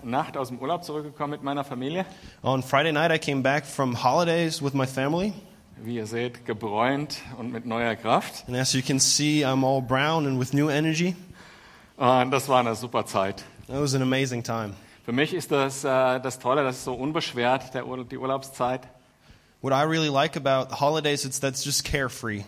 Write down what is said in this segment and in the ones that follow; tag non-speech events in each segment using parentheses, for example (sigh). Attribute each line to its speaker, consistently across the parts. Speaker 1: Freitagnacht aus dem Urlaub zurückgekommen mit meiner Familie.
Speaker 2: On Friday night, I came back from holidays with my family,
Speaker 1: Wie ihr seht, gebräunt und mit neuer Kraft.
Speaker 2: and as you can see, I'm all brown and with new energy.
Speaker 1: Und das war eine super Zeit.
Speaker 2: It was an amazing time.
Speaker 1: Für mich ist das äh, das Tolle, das ist so unbeschwert, der Ur die Urlaubszeit.
Speaker 2: What I really like about holidays is that's just carefree,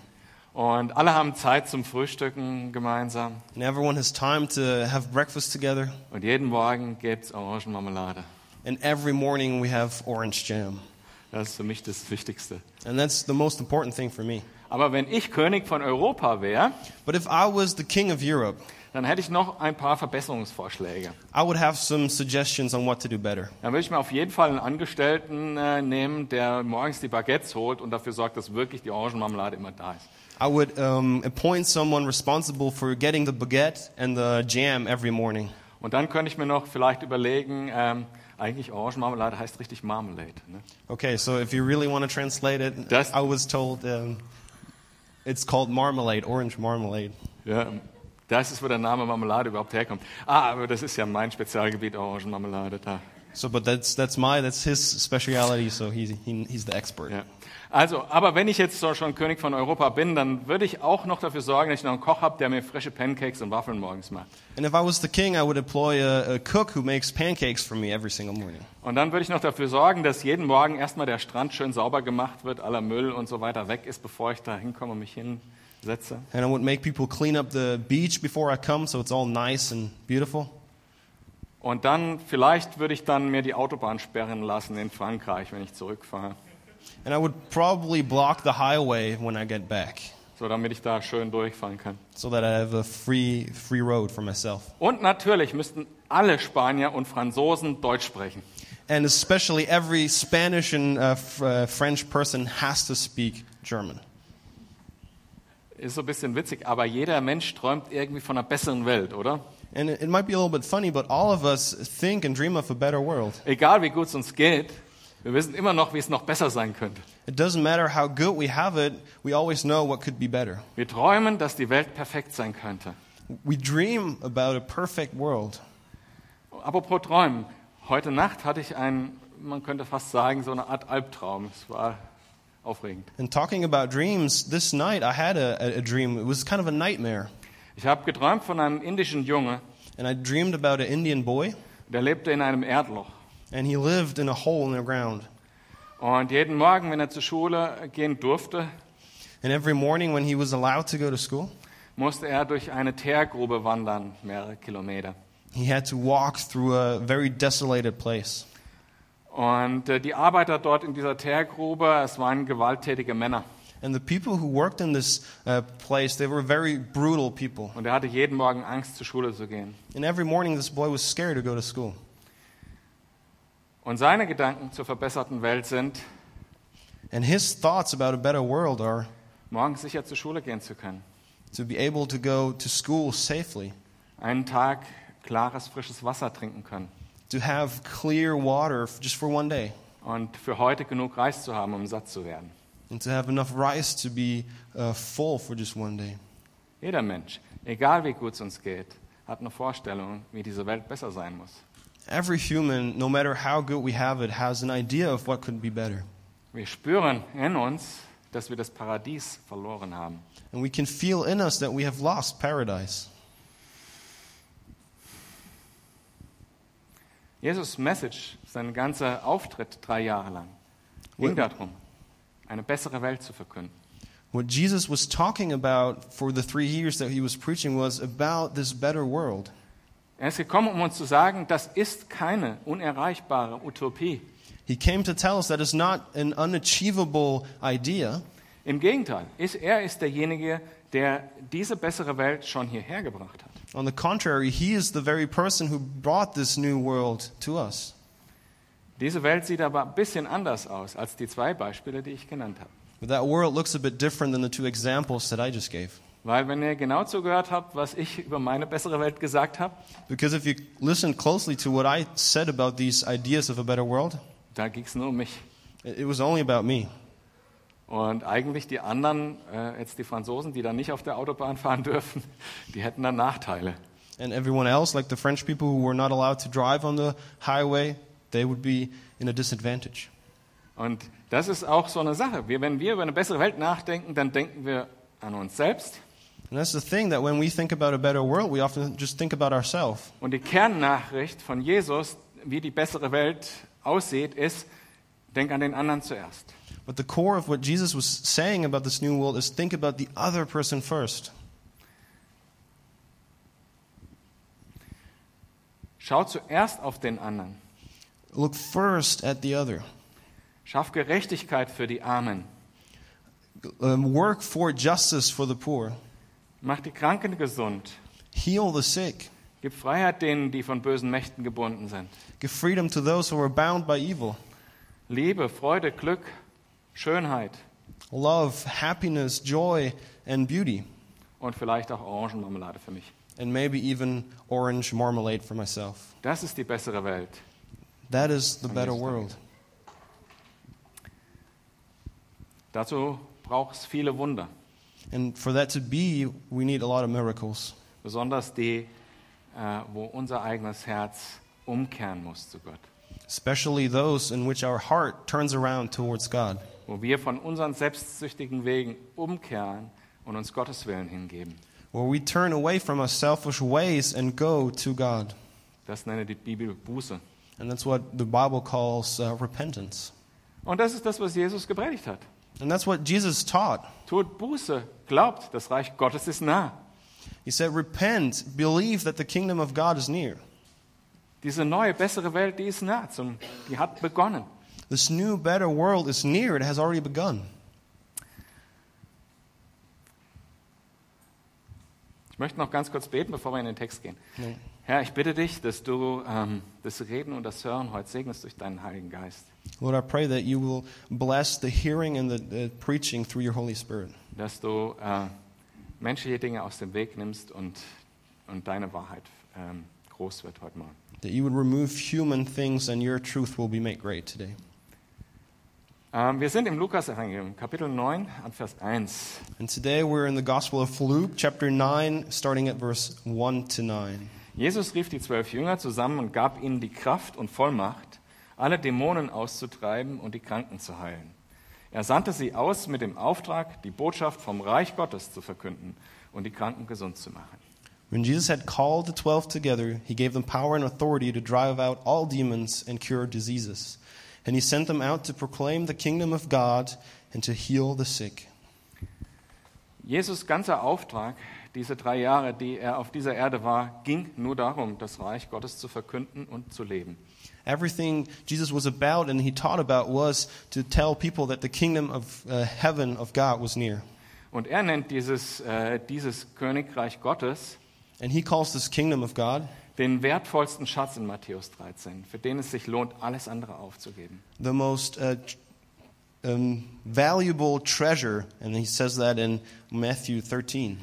Speaker 1: Und alle haben Zeit zum Frühstücken gemeinsam.
Speaker 2: and everyone has time to have breakfast together,
Speaker 1: Und jeden Morgen gibt's Orangenmarmelade.
Speaker 2: and every morning we have orange jam.
Speaker 1: Das ist für mich das Wichtigste.
Speaker 2: And that's the most important thing for me.
Speaker 1: Aber wenn ich König von Europa wäre,
Speaker 2: But if I was the king of Europe,
Speaker 1: dann hätte ich noch ein paar Verbesserungsvorschläge.
Speaker 2: I would have some suggestions on what to do better.
Speaker 1: Dann würde ich mir auf jeden Fall einen Angestellten äh, nehmen, der morgens die Baguettes holt und dafür sorgt, dass wirklich die Orangenmarmelade immer da ist.
Speaker 2: I would um, appoint someone responsible for getting the baguette and the jam every morning.
Speaker 1: Und dann könnte ich mir noch vielleicht überlegen, ähm, eigentlich Orangenmarmelade heißt richtig Marmalade. Ne?
Speaker 2: Okay, so if you really want to translate it,
Speaker 1: That's-
Speaker 2: I was told um, it's called marmalade, orange marmalade.
Speaker 1: Ja, Ähm, das ist, wo der Name Marmelade überhaupt herkommt. Ah, aber das ist ja mein Spezialgebiet, Orangenmarmelade. Da.
Speaker 2: So, but that's that's my that's his speciality. So he's he, he's the expert.
Speaker 1: Ja. Also, aber wenn ich jetzt so schon König von Europa bin, dann würde ich auch noch dafür sorgen, dass ich noch einen Koch habe, der mir frische Pancakes und Waffeln morgens macht.
Speaker 2: And if I was the king, I would employ a, a cook who makes pancakes for me every single morning.
Speaker 1: Und dann würde ich noch dafür sorgen, dass jeden Morgen erstmal der Strand schön sauber gemacht wird, aller Müll und so weiter weg ist, bevor ich da hinkomme und mich hinsetze.
Speaker 2: And I would make people clean up the beach before I come, so it's all nice and beautiful.
Speaker 1: Und dann, vielleicht würde ich dann mir die Autobahn sperren lassen in Frankreich, wenn ich zurückfahre,
Speaker 2: And I would probably block the highway when I get back,
Speaker 1: so damit ich da schön durchfahren kann.
Speaker 2: so that I have a free free road for myself.
Speaker 1: Und natürlich müssten alle Spanier und Franzosen Deutsch sprechen.
Speaker 2: And especially every Spanish and uh, f- uh, French person has to speak German.
Speaker 1: Ist so ein bisschen witzig, aber jeder Mensch träumt irgendwie von einer besseren Welt, oder?
Speaker 2: And it, it might be a little bit funny, but all of us think and dream of a better world.
Speaker 1: Egal wie gut es uns geht, wir wissen immer noch, wie es noch besser sein könnte.
Speaker 2: It doesn't matter how good we have it, we always know what could be better.
Speaker 1: Wir träumen, dass die Welt perfekt sein könnte.
Speaker 2: We dream about a perfect world.
Speaker 1: Apropos Träumen. Heute Nacht hatte ich einen, man könnte fast sagen, so eine Art Albtraum. Es war aufregend.
Speaker 2: And talking about dreams, this night I had a, a- a dream. It was kind of a nightmare.
Speaker 1: Ich habe geträumt von einem indischen Junge,
Speaker 2: And I dreamed about an Indian boy,
Speaker 1: der lebte in einem Erdloch.
Speaker 2: and he lived in a hole in the ground.
Speaker 1: Und jeden Morgen, wenn er zur Schule gehen durfte,
Speaker 2: And every morning when he was allowed to go to school,
Speaker 1: musste er durch eine Teergrube wandern, mehrere Kilometer.
Speaker 2: he had to walk through a very desolated place.
Speaker 1: Und äh, die Arbeiter dort in dieser Teergrube, es waren gewalttätige Männer.
Speaker 2: And the people who worked in this uh, place, they were very brutal people.
Speaker 1: Und er hatte jeden Morgen Angst, zur Schule zu gehen.
Speaker 2: And every morning, this boy was scared to go to school.
Speaker 1: Und seine Gedanken zur verbesserten Welt sind,
Speaker 2: And his thoughts about a better world are
Speaker 1: morgens sicher zur Schule gehen zu können.
Speaker 2: to be able to go to school safely,
Speaker 1: einen Tag klares, frisches Wasser trinken können
Speaker 2: to have clear water f- just for one day,
Speaker 1: und für heute genug Reis zu haben, um satt zu werden.
Speaker 2: and to have enough rice to be uh, full for just one day.
Speaker 1: Jeder Mensch, egal wie gut es uns geht, hat eine Vorstellung, wie diese Welt besser sein muss.
Speaker 2: Every human, no matter how good we have it, has an idea of what could be better.
Speaker 1: Wir spüren in uns, dass wir das Paradies verloren haben.
Speaker 2: And we can feel in us that we have lost paradise.
Speaker 1: Jesus' Message, sein ganzer Auftritt drei Jahre lang, ging darum, eine bessere Welt zu verkünden.
Speaker 2: What Jesus was talking about for the three years that he was preaching was about this better world.
Speaker 1: Er ist gekommen, um uns zu sagen, das ist keine unerreichbare Utopie.
Speaker 2: He came to tell us that it's not an unachievable idea.
Speaker 1: Im Gegenteil, ist, er ist derjenige, der diese bessere Welt schon hierher gebracht hat.
Speaker 2: On the contrary, he is the very person who brought this new world to us.
Speaker 1: Diese Welt sieht aber ein bisschen anders aus als die zwei Beispiele, die ich genannt habe.
Speaker 2: But that world looks a bit different than the two examples that I just gave.
Speaker 1: Weil wenn ihr genau zugehört habt, was ich über meine bessere Welt gesagt habe,
Speaker 2: Because if you listen closely to what I said about these ideas of a better world,
Speaker 1: da ging es nur um mich.
Speaker 2: it it was only about me.
Speaker 1: Und eigentlich die (laughs) anderen, äh, jetzt die Franzosen, die dann nicht auf der Autobahn fahren dürfen, die hätten dann Nachteile.
Speaker 2: And everyone else, like the French people who were not allowed to drive on the highway, they would be in a disadvantage.
Speaker 1: Und das ist auch so eine Sache. Wir, wenn wir über eine bessere Welt nachdenken, dann denken wir an uns selbst.
Speaker 2: And that's the thing that when we think about a better world, we often just think about ourselves.
Speaker 1: Und die Kernnachricht von Jesus, wie die bessere Welt aussieht, ist, denk an den anderen zuerst.
Speaker 2: But the core of what Jesus was saying about this new world is think about the other person first.
Speaker 1: Schau zuerst auf den anderen.
Speaker 2: Look first at the other.
Speaker 1: Schaff Gerechtigkeit für die Armen.
Speaker 2: Um, work for justice for the poor.
Speaker 1: Mach die Kranken gesund.
Speaker 2: Heal the sick.
Speaker 1: Gib Freiheit denen, die von bösen Mächten gebunden sind.
Speaker 2: Give freedom to those who are bound by evil.
Speaker 1: Liebe, Freude, Glück, Schönheit
Speaker 2: Love, happiness, joy, and beauty.
Speaker 1: und vielleicht auch Orangenmarmelade für mich.
Speaker 2: And maybe even orange marmalade for myself.
Speaker 1: Das ist die bessere Welt.
Speaker 2: That is the better world.
Speaker 1: Dazu braucht es viele Wunder.
Speaker 2: And for that to be, we need a lot of miracles.
Speaker 1: Besonders die, äh, wo unser eigenes Herz umkehren muss zu Gott.
Speaker 2: especially those in which our heart turns around towards God,
Speaker 1: Wo wir von unseren selbstsüchtigen Wegen umkehren und uns Gottes Willen hingeben.
Speaker 2: where we turn away from our selfish ways and go to God.
Speaker 1: Das nenne die Bibel Buße.
Speaker 2: And that's what the Bible calls uh, repentance.
Speaker 1: Und das ist das, was Jesus gepredigt hat.
Speaker 2: And that's what Jesus taught.
Speaker 1: Tut Buße, glaubt, das Reich Gottes ist nah.
Speaker 2: He said, Repent, believe that the kingdom of God is near.
Speaker 1: Diese neue, bessere Welt, die ist nah, zum, die hat begonnen.
Speaker 2: This new, better world is near. It has already begun.
Speaker 1: Ich möchte noch ganz kurz beten, bevor wir in den Text gehen. Herr, ich bitte dich, dass du ähm, das Reden und das Hören heute segnest durch deinen Heiligen Geist.
Speaker 2: Lord, I pray that you will bless the hearing and the, the preaching through your Holy Spirit,
Speaker 1: Dass du äh, menschliche Dinge aus dem Weg nimmst und, und deine Wahrheit ähm, groß wird heute Morgen.
Speaker 2: that you would remove human things and your truth will be made great today.
Speaker 1: Ähm, wir sind im Lukas-Evangelium, Kapitel 9, an Vers 1.
Speaker 2: And today we're in the Gospel of Luke, chapter 9, starting at verse 1 to 9.
Speaker 1: Jesus rief die zwölf Jünger zusammen und gab ihnen die Kraft und Vollmacht, alle Dämonen auszutreiben und die Kranken zu heilen. Er sandte sie aus mit dem Auftrag, die Botschaft vom Reich Gottes zu verkünden und die Kranken gesund zu machen.
Speaker 2: When Jesus had called the twelve together, he gave them power and authority to drive out all demons and cure diseases. And he sent them out to proclaim the kingdom of God and to heal the sick.
Speaker 1: Jesus ganzer Auftrag, diese drei Jahre, die er auf dieser Erde war, ging nur darum, das Reich Gottes zu verkünden und zu leben.
Speaker 2: Everything Jesus was about and he taught about was to tell people that the kingdom of uh, heaven of God was near.
Speaker 1: Und er nennt dieses, äh, dieses Königreich Gottes
Speaker 2: And he calls this kingdom of God
Speaker 1: den wertvollsten Schatz in Matthäus 13, für den es sich lohnt, alles andere aufzugeben.
Speaker 2: the most uh, tr- um, valuable treasure, and he says that in Matthew 13.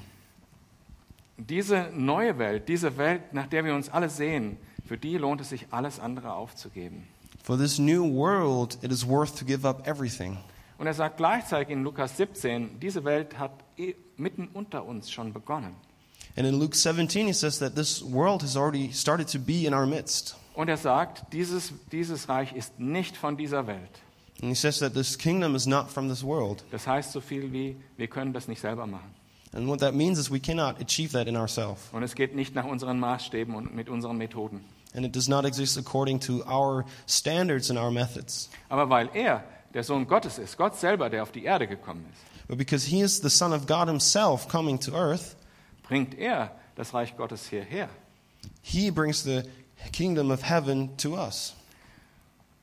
Speaker 1: Diese neue Welt, diese Welt, nach der wir uns alle sehen, für die lohnt es sich, alles andere aufzugeben.
Speaker 2: For this new world, it is worth to give up everything.
Speaker 1: Und er sagt gleichzeitig in Lukas 17, diese Welt hat eh mitten unter uns schon begonnen.
Speaker 2: And in Luke 17, he says that this world has already started to be in our midst.
Speaker 1: Und er sagt, dieses, dieses Reich ist nicht von dieser Welt.
Speaker 2: And he says that this kingdom is not from this world.
Speaker 1: Das heißt so viel wie, wir können das nicht selber machen.
Speaker 2: And what that means is we cannot achieve that in ourselves.
Speaker 1: Und es geht nicht nach unseren Maßstäben und mit unseren Methoden.
Speaker 2: And it does not exist according to our standards and our methods.
Speaker 1: Aber weil er der Sohn Gottes ist, Gott selber, der auf die Erde gekommen ist,
Speaker 2: But because he is the Son of God himself coming to earth,
Speaker 1: bringt er das Reich Gottes hierher.
Speaker 2: he brings the kingdom of heaven to us.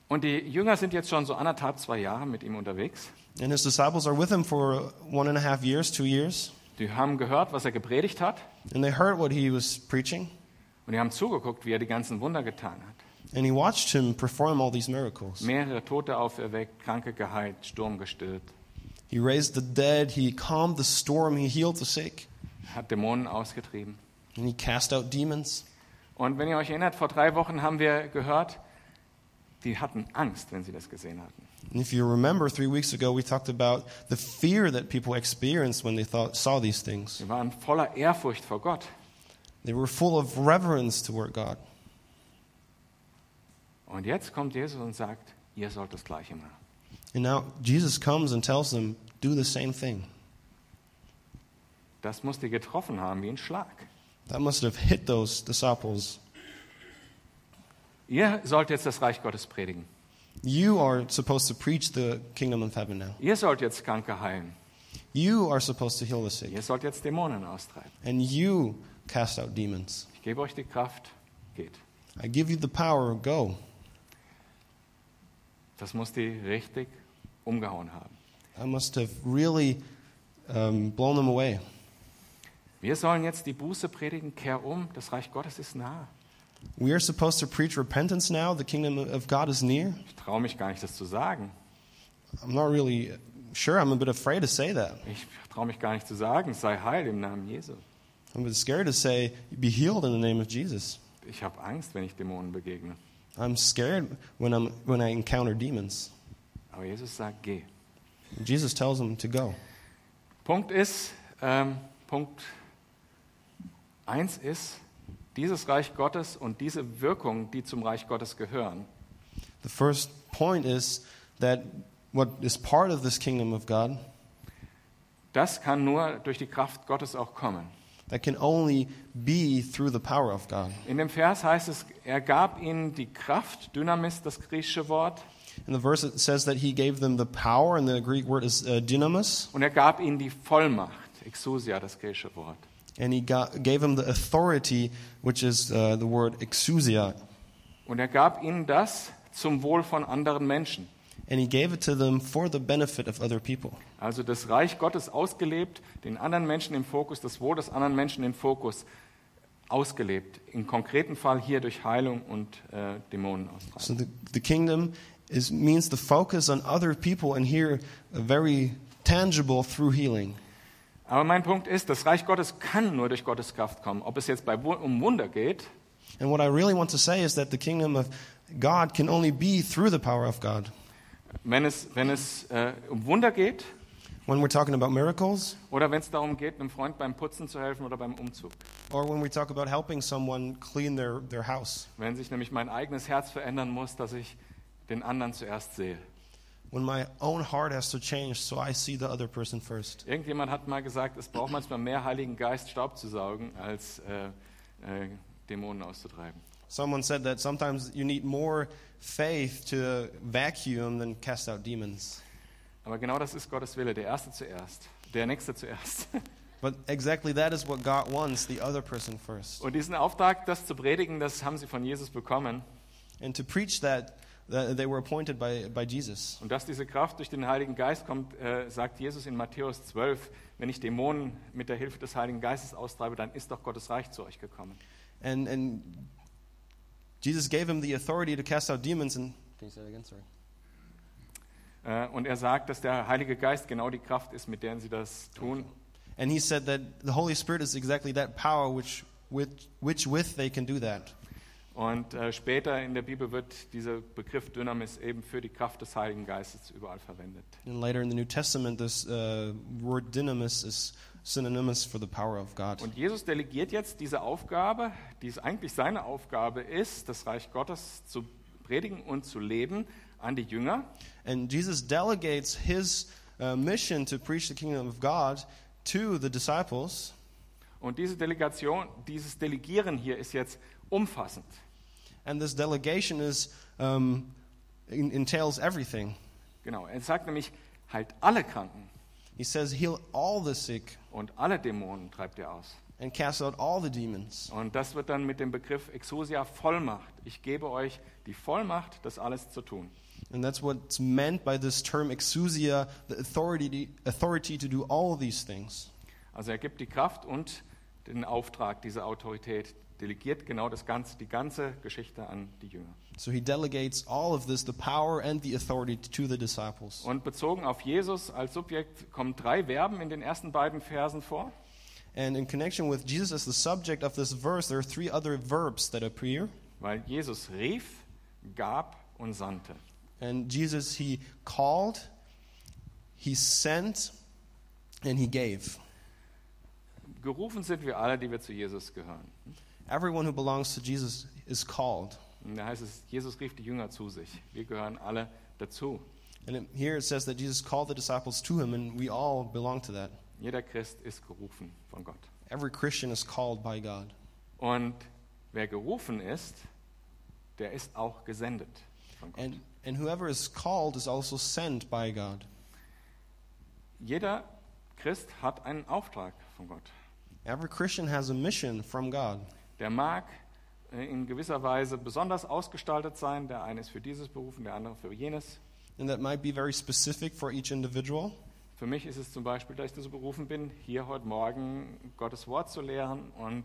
Speaker 1: Und die Jünger sind jetzt schon so anderthalb, zwei Jahre mit ihm unterwegs.
Speaker 2: And his disciples are with him for one and a half years, two years.
Speaker 1: Die haben gehört, was er gepredigt hat
Speaker 2: And they heard what he was preaching.
Speaker 1: und die haben zugeguckt, wie er die ganzen Wunder getan hat.
Speaker 2: And he watched him perform all these miracles.
Speaker 1: Mehrere Tote auferweckt, Kranke geheilt, Sturm gestillt,
Speaker 2: He raised the dead, he calmed the storm, he healed the sick,
Speaker 1: hat Dämonen ausgetrieben.
Speaker 2: and he cast out demons.
Speaker 1: Und wenn ihr euch erinnert, vor drei Wochen haben wir gehört, die hatten Angst, wenn sie das gesehen hatten.
Speaker 2: And if you remember, three weeks ago, we talked about the fear that people experienced when they thought, saw these things.
Speaker 1: Sie waren voller Ehrfurcht vor Gott.
Speaker 2: They were full of reverence toward God.
Speaker 1: Und jetzt kommt Jesus und sagt, ihr sollt das Gleiche machen.
Speaker 2: And now Jesus comes and tells them, do the same thing.
Speaker 1: Das muss die getroffen haben wie ein Schlag.
Speaker 2: That must have hit those disciples.
Speaker 1: Ihr sollt jetzt das Reich Gottes predigen.
Speaker 2: You are supposed to preach the kingdom of heaven now.
Speaker 1: Ihr sollt jetzt Kranke heilen.
Speaker 2: You are supposed to heal the sick.
Speaker 1: Ihr sollt jetzt Dämonen austreiben.
Speaker 2: And you cast out demons.
Speaker 1: Ich gebe euch die Kraft, geht.
Speaker 2: I give you the power, go.
Speaker 1: Das muss die richtig umgehauen haben.
Speaker 2: I must have really um, blown them away.
Speaker 1: Wir sollen jetzt die Buße predigen, kehr um, das Reich Gottes ist nah.
Speaker 2: We are supposed to preach repentance now. The kingdom of God is near.
Speaker 1: Ich traue mich gar nicht, das zu sagen.
Speaker 2: I'm not really sure. I'm a bit afraid to say that.
Speaker 1: Ich traue mich gar nicht zu sagen, sei heil im Namen Jesu.
Speaker 2: I'm a bit scared to say, be healed in the name of Jesus.
Speaker 1: Ich habe Angst, wenn ich Dämonen begegne.
Speaker 2: I'm scared when, I'm, when I encounter demons.
Speaker 1: Aber Jesus sagt, geh.
Speaker 2: Jesus tells them to go.
Speaker 1: Punkt ist, ähm, Punkt 1 ist, dieses Reich Gottes und diese Wirkungen, die zum Reich Gottes gehören,
Speaker 2: The first point is that what is part of this kingdom of God
Speaker 1: das kann nur durch die Kraft Gottes auch kommen.
Speaker 2: that can only be through the power of God.
Speaker 1: In dem Vers heißt es, er gab ihnen die Kraft, Dynamis, das griechische Wort,
Speaker 2: In the verse, it says that he gave them the power, and the Greek word is uh, dynamis,
Speaker 1: und er gab ihnen die Vollmacht, Exousia, das griechische Wort.
Speaker 2: and he got, gave them the authority, which is uh, the word exousia,
Speaker 1: Und er gab ihnen das zum Wohl von anderen Menschen.
Speaker 2: and he gave it to them for the benefit of other people.
Speaker 1: Also das Reich Gottes ausgelebt, den anderen Menschen im Fokus, das Wohl des anderen Menschen im Fokus ausgelebt. Im konkreten Fall hier durch Heilung und äh, Dämonenaustreibung.
Speaker 2: So the, the kingdom is, means the focus on other people, and here uh, very tangible through healing.
Speaker 1: Aber mein Punkt ist, das Reich Gottes kann nur durch Gottes Kraft kommen. Ob es jetzt bei, Wu- um Wunder geht
Speaker 2: And what I really want to say is that the kingdom of God can only be through the power of God.
Speaker 1: Wenn es, wenn es äh, um Wunder geht
Speaker 2: When we're talking about miracles,
Speaker 1: oder wenn es darum geht, einem Freund beim Putzen zu helfen oder beim Umzug.
Speaker 2: or when we talk about helping someone clean their, their house,
Speaker 1: Wenn sich nämlich mein eigenes Herz verändern muss, dass ich den anderen zuerst sehe.
Speaker 2: when my own heart has to change so I see the other person first.
Speaker 1: Irgendjemand hat mal gesagt, es braucht manchmal mehr Heiligen Geist, Staub zu saugen, als äh, äh, Dämonen auszutreiben.
Speaker 2: Someone said that sometimes you need more faith to vacuum than cast out demons.
Speaker 1: Aber genau das ist Gottes Wille, der Erste zuerst, der Nächste zuerst. (laughs)
Speaker 2: But exactly that is what God wants the other person first.
Speaker 1: Und diesen Auftrag, das zu predigen, das haben sie von Jesus bekommen.
Speaker 2: And to preach that, that they were appointed by, by Jesus.
Speaker 1: Und dass diese Kraft durch den Heiligen Geist kommt, äh, sagt Jesus in Matthäus 12, wenn ich Dämonen mit der Hilfe des Heiligen Geistes austreibe, dann ist doch Gottes Reich zu euch gekommen.
Speaker 2: And and Jesus gave him the authority to cast out demons and Can you say that again? Sorry.
Speaker 1: Äh, und er sagt, dass der Heilige Geist genau die Kraft ist, mit der sie das tun.
Speaker 2: And he said that the Holy Spirit is exactly that power which with which with they can do that.
Speaker 1: Und äh, später in der Bibel wird dieser Begriff Dynamis eben für die Kraft des Heiligen Geistes überall verwendet.
Speaker 2: And later in the New Testament this uh, word dynamis is synonymous for the power of God.
Speaker 1: Und Jesus delegiert jetzt diese Aufgabe, die es eigentlich seine Aufgabe ist, das Reich Gottes zu predigen und zu leben, an die Jünger.
Speaker 2: And Jesus delegates his uh, mission to preach the kingdom of God to the disciples
Speaker 1: Und diese Delegation, dieses Delegieren hier ist jetzt umfassend.
Speaker 2: and this delegation is um, en- entails everything.
Speaker 1: Genau, er sagt nämlich, halt alle Kranken
Speaker 2: He says heal all the sick
Speaker 1: und alle Dämonen treibt ihr aus.
Speaker 2: and cast out all the demons.
Speaker 1: Und das wird dann mit dem Begriff Exousia Vollmacht. Ich gebe euch die Vollmacht, das alles zu tun.
Speaker 2: And that's what's meant by this term exousia, the authority, authority to do all of these things.
Speaker 1: Also er gibt die Kraft und den Auftrag, diese Autorität, delegiert genau das ganze, die ganze Geschichte an die Jünger.
Speaker 2: So he delegates all of this, the power and the authority to the disciples.
Speaker 1: Und bezogen auf Jesus als Subjekt kommen drei Verben in den ersten beiden Versen vor.
Speaker 2: And in connection with Jesus as the subject of this verse, there are three other verbs that appear.
Speaker 1: Weil Jesus rief, gab und sandte.
Speaker 2: And Jesus, he called, he sent, and he gave.
Speaker 1: Gerufen sind wir alle, die wir zu Jesus gehören.
Speaker 2: Everyone who belongs to Jesus is called.
Speaker 1: Und da heißt es, Jesus rief die Jünger zu sich. Wir gehören alle dazu.
Speaker 2: And it, here it says that Jesus called the disciples to him, and we all belong to that.
Speaker 1: Jeder Christ ist gerufen von Gott.
Speaker 2: Every Christian is called by God.
Speaker 1: Und wer gerufen ist, der ist auch gesendet von Gott.
Speaker 2: And, and whoever is called is also sent by God.
Speaker 1: Jeder Christ hat einen Auftrag von Gott.
Speaker 2: Every Christian has a mission from God.
Speaker 1: Der mag äh, in gewisser Weise besonders ausgestaltet sein. Der eine ist für dieses berufen, der andere für jenes.
Speaker 2: And that might be very specific for each individual.
Speaker 1: Für mich ist es zum Beispiel, dass ich dazu berufen bin, hier heute Morgen Gottes Wort zu lehren und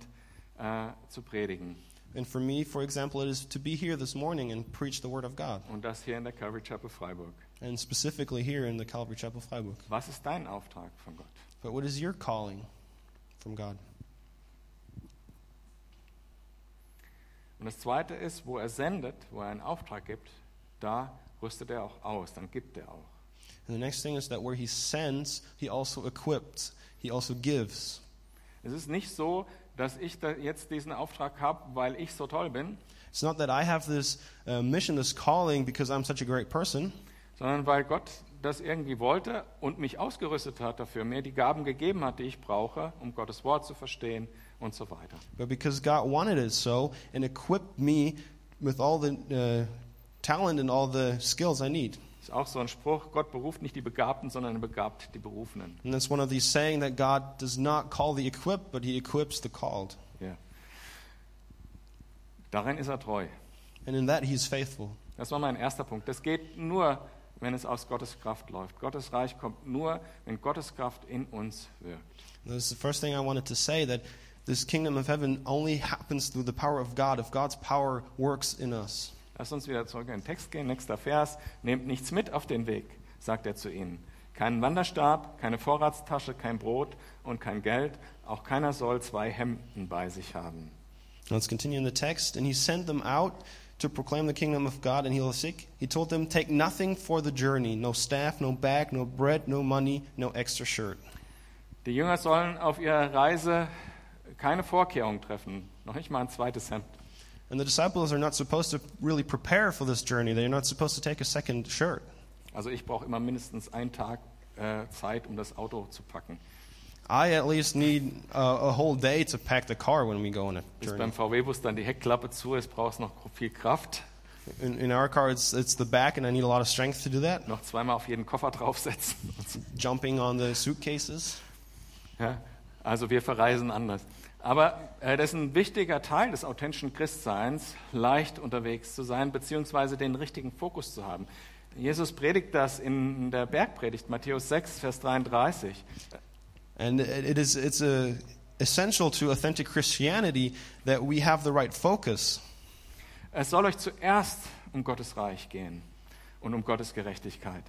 Speaker 1: äh, zu predigen.
Speaker 2: And for me, for example, it is to be here this morning and preach the Word of God,
Speaker 1: Und das hier in der Calvary Chapel Freiburg.
Speaker 2: and specifically here in the Calvary Chapel Freiburg.
Speaker 1: Was ist dein Auftrag von Gott?
Speaker 2: But what is your calling from God?
Speaker 1: Und das Zweite ist, wo er sendet, wo er einen Auftrag gibt, da rüstet er auch aus, dann gibt er auch.
Speaker 2: And the next thing is that where He sends, He also equips, He also gives.
Speaker 1: Es ist nicht so, dass ich da jetzt diesen Auftrag habe, weil ich so toll bin,
Speaker 2: It's not that I have this uh, mission, this calling, because I'm such a great person,
Speaker 1: sondern weil Gott das irgendwie wollte und mich ausgerüstet hat dafür, mir die Gaben gegeben hat, die ich brauche, um Gottes Wort zu verstehen und so weiter.
Speaker 2: but because God wanted it so and equipped me with all the uh, talent and all the skills I need.
Speaker 1: Ist auch so ein Spruch, Gott beruft nicht die Begabten, sondern er begabt die Berufenen.
Speaker 2: And that's one of these saying that God does not call the equipped, but He equips the called.
Speaker 1: Ja. Darin ist er treu.
Speaker 2: And in that He's faithful.
Speaker 1: Das war mein erster Punkt. Das geht nur, wenn es aus Gottes Kraft läuft. Gottes Reich kommt nur, wenn Gottes Kraft in uns wirkt.
Speaker 2: That's the first thing I wanted to say that this kingdom of heaven only happens through the power of God, if God's power works in us.
Speaker 1: Lass uns wieder zurück in den Text gehen. Nächster Vers. Nehmt nichts mit auf den Weg, sagt er zu ihnen. Keinen Wanderstab, keine Vorratstasche, kein Brot und kein Geld. Auch keiner soll zwei Hemden bei sich haben.
Speaker 2: Let's continue in the text. And he sent them out to proclaim the kingdom of God and heal the sick. He told them, Take nothing for the journey no staff, no bag, no bread, no money, no extra shirt.
Speaker 1: Die Jünger sollen auf ihrer Reise keine Vorkehrung treffen, noch nicht mal ein zweites Hemd.
Speaker 2: And the disciples are not supposed to really prepare for this journey, they're not supposed to take a second shirt.
Speaker 1: Also ich brauche immer mindestens einen Tag äh, Zeit, um das Auto zu packen.
Speaker 2: I at least need uh, a whole day to pack the car when we go on a
Speaker 1: Bis
Speaker 2: journey.
Speaker 1: beim VW-Bus dann die Heckklappe zu ist, brauchst noch viel Kraft.
Speaker 2: In, in our car, it's, it's the back, and I need a lot of strength to do that.
Speaker 1: Noch zweimal auf jeden Koffer (laughs) draufsetzen. Und so.
Speaker 2: Jumping on the suitcases.
Speaker 1: Ja? Also wir verreisen anders. Aber äh, das ist ein wichtiger Teil des authentischen Christseins, leicht unterwegs zu sein, beziehungsweise den richtigen Fokus zu haben. Jesus predigt das in der Bergpredigt, Matthäus 6, Vers 33.
Speaker 2: And it it is it's a, essential to authentic Christianity that we have the right focus.
Speaker 1: Es soll euch zuerst um Gottes Reich gehen und um Gottes Gerechtigkeit.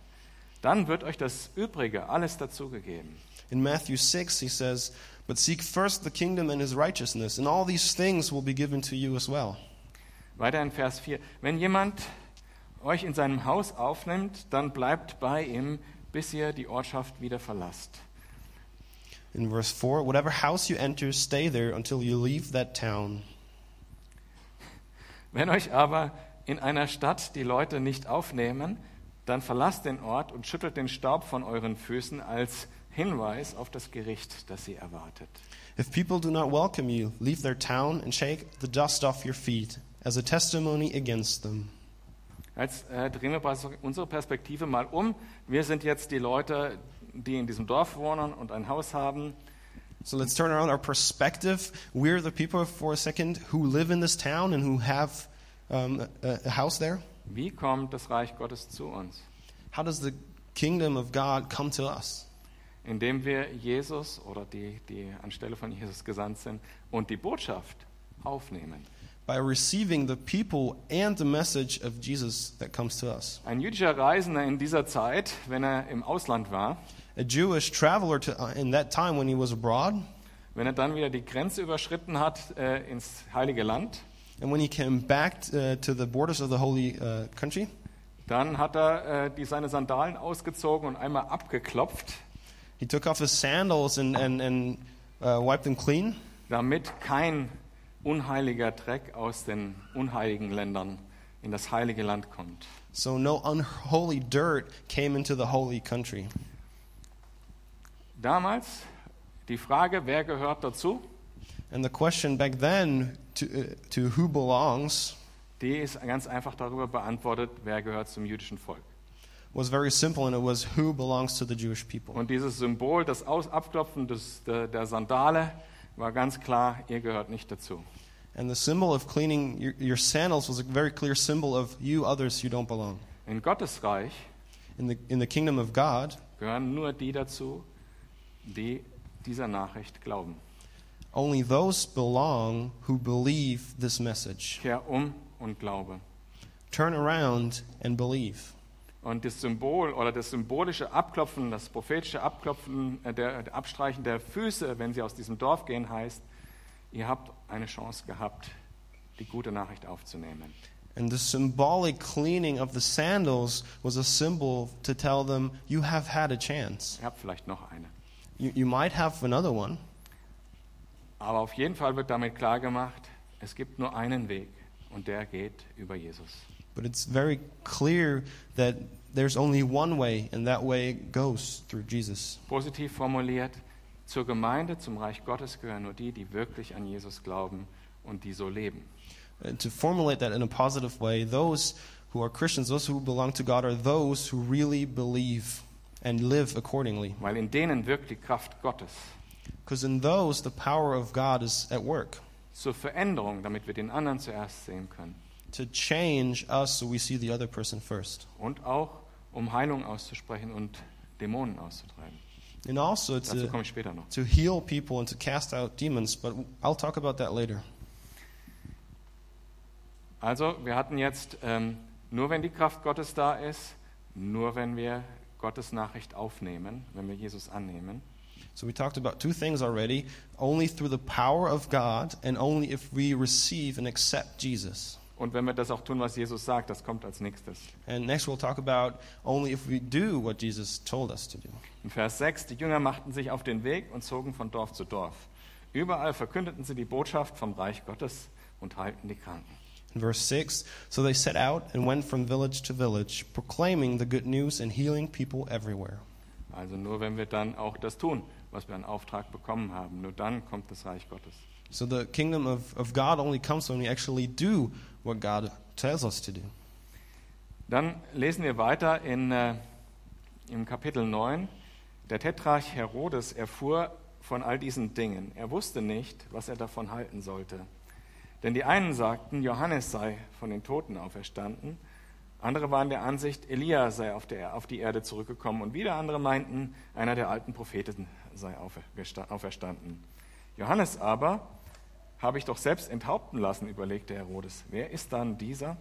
Speaker 1: Dann wird euch das Übrige alles dazugegeben.
Speaker 2: In Matthew 6, he says, But seek first the kingdom and his righteousness, and all these things will be given to you as well.
Speaker 1: Weiter in Vers 4. Wenn jemand euch in seinem Haus aufnimmt, dann bleibt bei ihm, bis ihr die Ortschaft wieder verlasst.
Speaker 2: In verse 4, whatever house you enter, stay there until you leave that town.
Speaker 1: Wenn euch aber in einer Stadt die Leute nicht aufnehmen, dann verlasst den Ort und schüttelt den Staub von euren Füßen als Hinweis auf das Gericht, das sie erwartet.
Speaker 2: If people do not welcome you, leave their town and shake the dust off your feet as a testimony against them.
Speaker 1: Jetzt äh, drehen wir bei so- unsere Perspektive mal um. Wir sind jetzt die Leute, die in diesem Dorf wohnen und ein Haus haben.
Speaker 2: So let's turn around our perspective. We're the people for a second who live in this town and who have um, a, a house there.
Speaker 1: Wie kommt das Reich Gottes zu uns?
Speaker 2: How does the kingdom of God come to us?
Speaker 1: indem wir Jesus oder die, die anstelle von Jesus gesandt sind und die Botschaft aufnehmen.
Speaker 2: By receiving the people and the message of Jesus that comes to us.
Speaker 1: Ein jüdischer Reisender in dieser Zeit, wenn er im Ausland war,
Speaker 2: A Jewish traveler to, uh, in that time when he was abroad,
Speaker 1: wenn er dann wieder die Grenze überschritten hat äh, ins Heilige Land,
Speaker 2: and when he came back uh, to the borders of the holy uh, country,
Speaker 1: dann hat er äh, die, seine Sandalen ausgezogen und einmal abgeklopft
Speaker 2: he took off his sandals and, and, and uh, wipe them clean,
Speaker 1: damit kein unheiliger Dreck aus den unheiligen Ländern in das heilige Land kommt.
Speaker 2: so no unholy dirt came into the holy country.
Speaker 1: Damals die Frage, wer gehört dazu,
Speaker 2: And the question back then to, uh, to who belongs
Speaker 1: die ist ganz einfach darüber beantwortet, wer gehört zum jüdischen Volk.
Speaker 2: was very simple, and it was who belongs to the Jewish people.
Speaker 1: Und dieses Symbol, das Aus Abklopfen des, der, der Sandale, war ganz klar, ihr gehört nicht dazu.
Speaker 2: And the symbol of cleaning your, your sandals was a very clear symbol of you others, you don't belong.
Speaker 1: In Gottes Reich
Speaker 2: In the, in the kingdom of God,
Speaker 1: gehören nur die dazu, die dieser Nachricht glauben.
Speaker 2: only those belong who believe this message.
Speaker 1: Kehr um und glaube.
Speaker 2: Turn around and believe.
Speaker 1: Und das Symbol oder das symbolische Abklopfen, das prophetische Abklopfen, äh, der, der Abstreichen der Füße, wenn sie aus diesem Dorf gehen, heißt, ihr habt eine Chance gehabt, die gute Nachricht aufzunehmen.
Speaker 2: And the symbolic cleaning of the sandals was a symbol to tell them, you have had a chance.
Speaker 1: Ihr habt vielleicht noch eine.
Speaker 2: You, you might have another one,
Speaker 1: Aber auf jeden Fall wird damit klar gemacht, es gibt nur einen Weg und der geht über Jesus.
Speaker 2: but it's very clear that there's only one way, and that way goes through Jesus.
Speaker 1: Positiv formuliert, zur Gemeinde, zum Reich Gottes gehören nur die, die wirklich an Jesus glauben und die so leben.
Speaker 2: And to formulate that in a positive way, those who are Christians, those who belong to God, are those who really believe and live accordingly.
Speaker 1: Weil in denen wirkt die Kraft Gottes
Speaker 2: Because in those, the power of God is at work
Speaker 1: zur Veränderung, damit wir den anderen zuerst sehen können.
Speaker 2: to change us so we see the other person first.
Speaker 1: Und auch, um Heilung auszusprechen und Dämonen auszutreiben.
Speaker 2: And also
Speaker 1: Dazu
Speaker 2: to,
Speaker 1: komme ich später noch.
Speaker 2: to heal people and to cast out demons, but I'll talk about that later.
Speaker 1: Also, wir hatten jetzt, ähm, nur wenn die Kraft Gottes da ist, nur wenn wir Gottes Nachricht aufnehmen, wenn wir Jesus annehmen.
Speaker 2: So we talked about two things already only through the power of God, and only if we receive and accept Jesus.
Speaker 1: Und wenn wir das auch tun, was Jesus sagt, das kommt als nächstes.
Speaker 2: And next, we'll talk about only if we do what Jesus told us to do.
Speaker 1: In Vers 6, die Jünger machten sich auf den Weg und zogen von Dorf zu Dorf. Überall verkündeten sie die Botschaft vom Reich Gottes und heilten die Kranken.
Speaker 2: In verse 6, so they set out and went from village to village, proclaiming the good news and healing people everywhere.
Speaker 1: Also nur wenn wir dann auch das tun, was wir an Auftrag bekommen haben, nur dann kommt das Reich Gottes.
Speaker 2: So the kingdom of, of God only comes when we actually do what God tells us to do.
Speaker 1: Dann lesen wir weiter in, äh, im Kapitel 9. Der Tetrarch Herodes erfuhr von all diesen Dingen. Er wusste nicht, was er davon halten sollte. Denn die einen sagten, Johannes sei von den Toten auferstanden. Andere waren der Ansicht, Elia sei auf, der, auf die Erde zurückgekommen. Und wieder andere meinten, einer der alten Propheten sei aufergesta- auferstanden. Johannes aber habe ich doch selbst enthaupten lassen, überlegte Herodes. Wer ist dann dieser?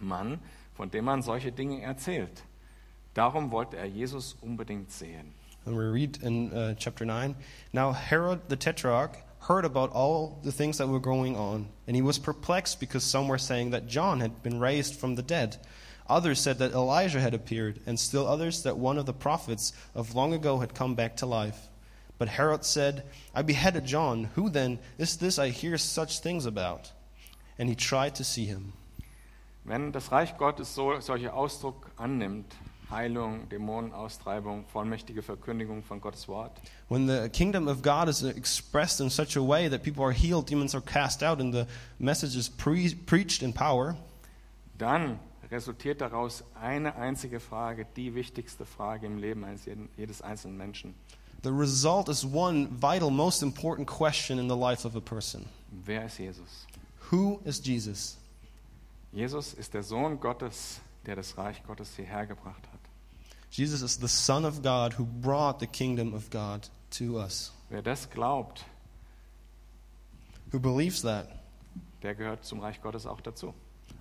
Speaker 1: Mann, von dem man solche Dinge erzählt. Darum wollte er Jesus unbedingt sehen.
Speaker 2: And we read in uh, chapter 9 Now Herod the Tetrarch heard about all the things that were going on, and he was perplexed because some were saying that John had been raised from the dead. Others said that Elijah had appeared, and still others that one of the prophets of long ago had come back to life. But Herod said, I beheaded John. Who then is this I hear such things about? And he tried to see him.
Speaker 1: Wenn das Reich Gottes so, solche Ausdruck annimmt, Heilung, Dämonenaustreibung, vollmächtige Verkündigung von Gottes Wort,
Speaker 2: When the kingdom of God is expressed in such a way that people are healed, demons are cast out, and the message is pre- preached in power,
Speaker 1: dann resultiert daraus eine einzige Frage, die wichtigste Frage im Leben eines jeden, jedes einzelnen Menschen.
Speaker 2: the result is one vital, most important question in the life of a person
Speaker 1: Wer ist Jesus?
Speaker 2: Who is Jesus?
Speaker 1: Jesus ist der Sohn Gottes, der das Reich Gottes hierher gebracht hat.
Speaker 2: Jesus is the Son of God who brought the kingdom of God to us.
Speaker 1: Wer das glaubt,
Speaker 2: Who believes that
Speaker 1: der gehört zum Reich Gottes auch dazu.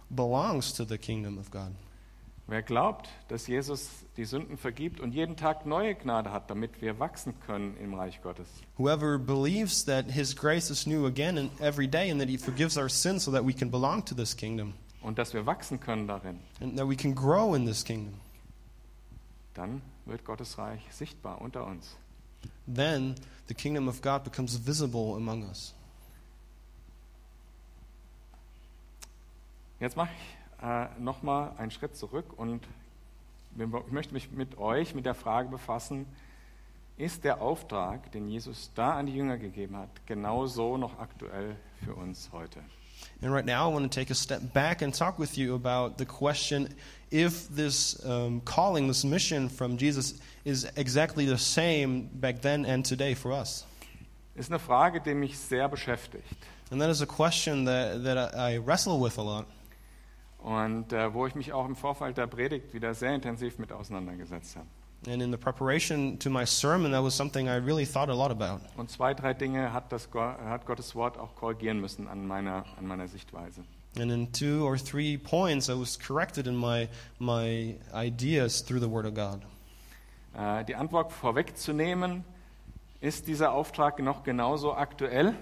Speaker 2: belongs to the kingdom of God.
Speaker 1: Wer glaubt, dass Jesus die Sünden vergibt und jeden Tag neue Gnade hat, damit wir wachsen können im Reich Gottes,
Speaker 2: Whoever believes that his grace is new again and every day and that he forgives our sins so that we can belong to this kingdom
Speaker 1: und dass wir wachsen können darin,
Speaker 2: and that we can grow in this kingdom.
Speaker 1: dann wird Gottes Reich sichtbar unter uns.
Speaker 2: Then the kingdom of God becomes visible among us.
Speaker 1: Jetzt mache ich äh, nochmal einen Schritt zurück und ich möchte mich mit euch mit der Frage befassen, ist der Auftrag, den Jesus da an die Jünger gegeben hat, genauso noch aktuell für uns heute?
Speaker 2: And right now, I want to take a step back and talk with you about the question if this um, calling, this mission from Jesus, is exactly the same back then and today for us.
Speaker 1: Ist eine Frage, die mich sehr beschäftigt
Speaker 2: And that is a question that, that I, I wrestle with a lot.
Speaker 1: und äh, wo ich mich auch im Vorfeld der Predigt wieder sehr intensiv mit auseinandergesetzt habe.
Speaker 2: And in the preparation to my sermon, that was something I really thought a lot about.
Speaker 1: Und zwei, drei Dinge hat, das, Go- hat Gottes Wort auch korrigieren müssen an meiner, an meiner Sichtweise.
Speaker 2: And in two or three points, I was corrected in my, my ideas through the Word of God.
Speaker 1: Äh, die Antwort vorwegzunehmen, ist dieser Auftrag noch genauso aktuell?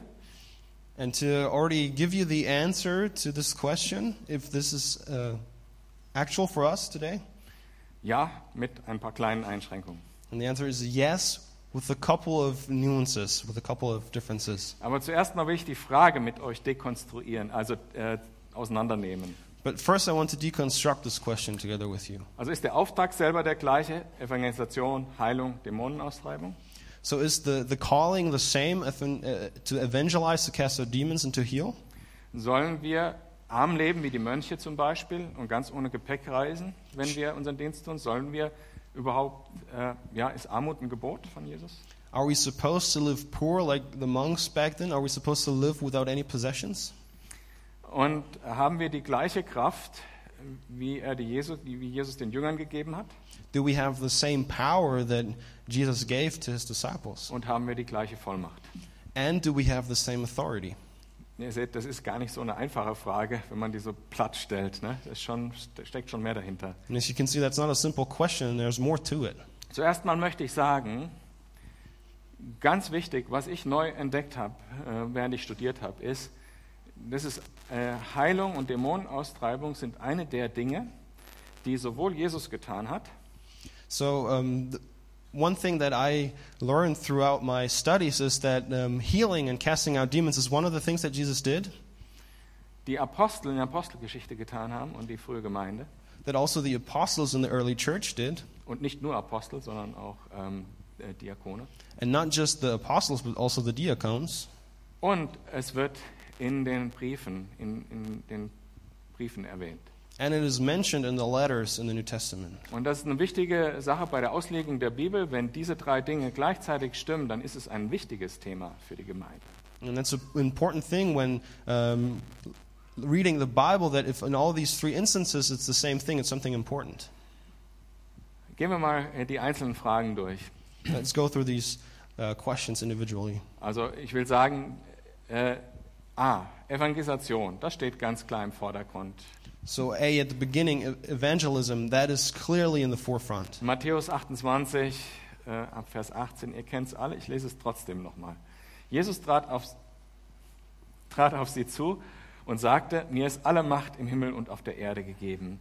Speaker 2: And to already give you the answer to this question, if this is uh, actual for us today,
Speaker 1: Ja, mit ein paar kleinen Einschränkungen.
Speaker 2: and the answer is yes, with a couple of nuances, with a couple of differences.
Speaker 1: Aber zuerst mal will ich die Frage mit euch dekonstruieren, also äh, auseinandernehmen.
Speaker 2: But first, I want to deconstruct this question together with you.
Speaker 1: Also ist der Auftrag selber der gleiche? Evangelisation, Heilung, Dämonenaustreibung?
Speaker 2: So, is the, the calling the same evan- uh, to evangelize, to cast out demons, and to heal?
Speaker 1: Sollen wir arm leben wie die Mönche zum Beispiel und ganz ohne Gepäck reisen, wenn wir unseren Dienst tun? Sollen wir überhaupt, äh, ja, ist Armut ein Gebot von Jesus?
Speaker 2: Are we supposed to live poor like the monks back then? Are we supposed to live without any possessions?
Speaker 1: Und haben wir die gleiche Kraft, wie, er die Jesus, die wie Jesus den Jüngern gegeben hat?
Speaker 2: Do we have the same power that Jesus gave to his disciples?
Speaker 1: Und haben wir die gleiche Vollmacht?
Speaker 2: And do we have the same authority?
Speaker 1: Ihr seht, das ist gar nicht so eine einfache Frage, wenn man die so platt stellt. Ne? Das ist schon, steckt schon mehr dahinter.
Speaker 2: And as you can see, that's not a simple question, there's more to it.
Speaker 1: Zuerst mal möchte ich sagen, ganz wichtig, was ich neu entdeckt habe, äh, während ich studiert habe, ist, das ist äh, Heilung und Dämonenaustreibung sind eine der Dinge, die sowohl Jesus getan hat,
Speaker 2: So, um, th- one thing that I learned throughout my studies is that um, healing and casting out demons is one of the things that Jesus did,
Speaker 1: die Apostel in der Apostelgeschichte getan haben und die frühe Gemeinde.
Speaker 2: that also the apostles in the early church did,
Speaker 1: Und nicht nur Apostel, sondern auch ähm, äh, Diakone.
Speaker 2: and not just the apostles, but also the diacons.
Speaker 1: Und es wird in den Briefen, in, in den Briefen erwähnt.
Speaker 2: And it is mentioned in the letters in the New Testament.
Speaker 1: Und das ist eine wichtige Sache bei der Auslegung der Bibel. Wenn diese drei Dinge gleichzeitig stimmen, dann ist es ein wichtiges Thema für die Gemeinde.
Speaker 2: And that's an important thing when um, reading the Bible that if in all these three instances it's the same thing, it's something important.
Speaker 1: Gehen wir mal äh, die einzelnen Fragen durch.
Speaker 2: Let's go through these uh, questions individually.
Speaker 1: Also ich will sagen, äh, A, Evangelisation, das steht ganz klar im Vordergrund.
Speaker 2: So, A, at the beginning, ev- evangelism, that is clearly in the forefront.
Speaker 1: Matthäus 28, äh, ab Vers 18, ihr kennt es alle, ich lese es trotzdem nochmal. Jesus trat auf, trat auf sie zu und sagte, mir ist alle Macht im Himmel und auf der Erde gegeben.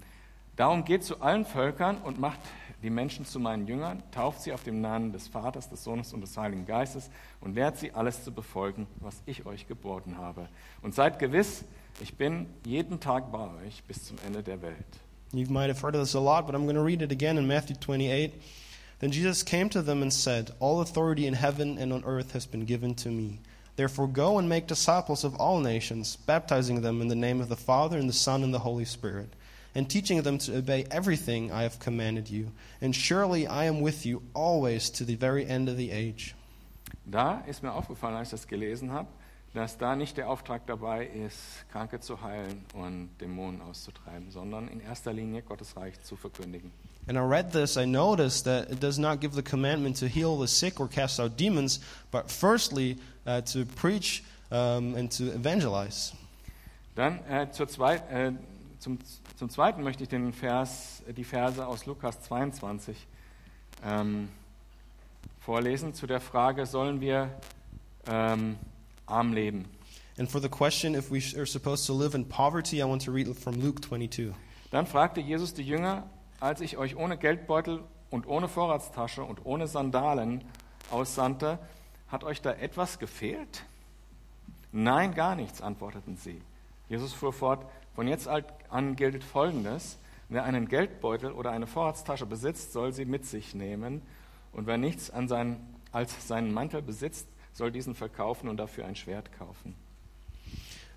Speaker 1: Darum geht zu allen Völkern und macht die Menschen zu meinen Jüngern, tauft sie auf dem Namen des Vaters, des Sohnes und des Heiligen Geistes und lehrt sie alles zu befolgen, was ich euch geboten habe. Und seid gewiss, ich bin jeden Tag bei euch bis zum Ende der Welt.
Speaker 2: You might have heard of this a lot, but I'm going to read it again in Matthew 28. Then Jesus came to them and said, All authority in heaven and on earth has been given to me. Therefore, go and make disciples of all nations, baptizing them in the name of the Father, and the Son, and the Holy Spirit, and teaching them to obey everything I have commanded you. And surely I am with you always to the very end of the age.
Speaker 1: Da ist mir aufgefallen, als ich das gelesen habe, dass da nicht der Auftrag dabei ist, Kranke zu heilen und Dämonen auszutreiben, sondern in erster Linie Gottes Reich zu verkündigen.
Speaker 2: And I read this, I noticed that it does not give the commandment to heal the sick or cast out demons, but firstly uh, to preach um, and to evangelize.
Speaker 1: Dann äh, zur zweit, äh, zum, zum Zweiten möchte ich den Vers, äh, die Verse aus Lukas 22 ähm, vorlesen zu der Frage, sollen wir ähm, arm leben?
Speaker 2: And for the question if we sh- are supposed to live in poverty, I want to read from Luke 22.
Speaker 1: Dann fragte Jesus die Jünger, als ich euch ohne Geldbeutel und ohne Vorratstasche und ohne Sandalen aussandte, hat euch da etwas gefehlt? Nein, gar nichts, antworteten sie. Jesus fuhr fort, von jetzt an gilt Folgendes, wer einen Geldbeutel oder eine Vorratstasche besitzt, soll sie mit sich nehmen, und wer nichts an seinen, als seinen Mantel besitzt, soll diesen verkaufen und dafür ein Schwert kaufen.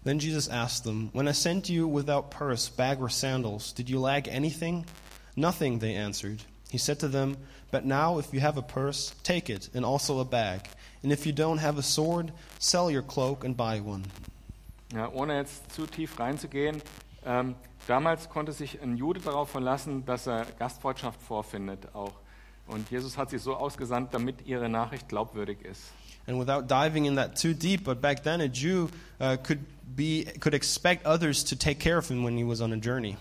Speaker 2: Then Jesus asked them, When I sent you without purse, bag, or sandals, did you lack anything? Nothing, they answered. He said to them, But now if you have a purse, take it, and also a bag. And if you don't have a sword, sell your cloak and buy one.
Speaker 1: Ja, ohne jetzt zu tief reinzugehen, ähm, damals konnte sich ein Jude darauf verlassen, dass er Gastfreundschaft vorfindet auch. Und Jesus hat sie so ausgesandt, damit ihre Nachricht glaubwürdig ist.
Speaker 2: And without diving in that too deep, but back then a Jew uh, could, be, could expect others to take care of him when he was on a journey.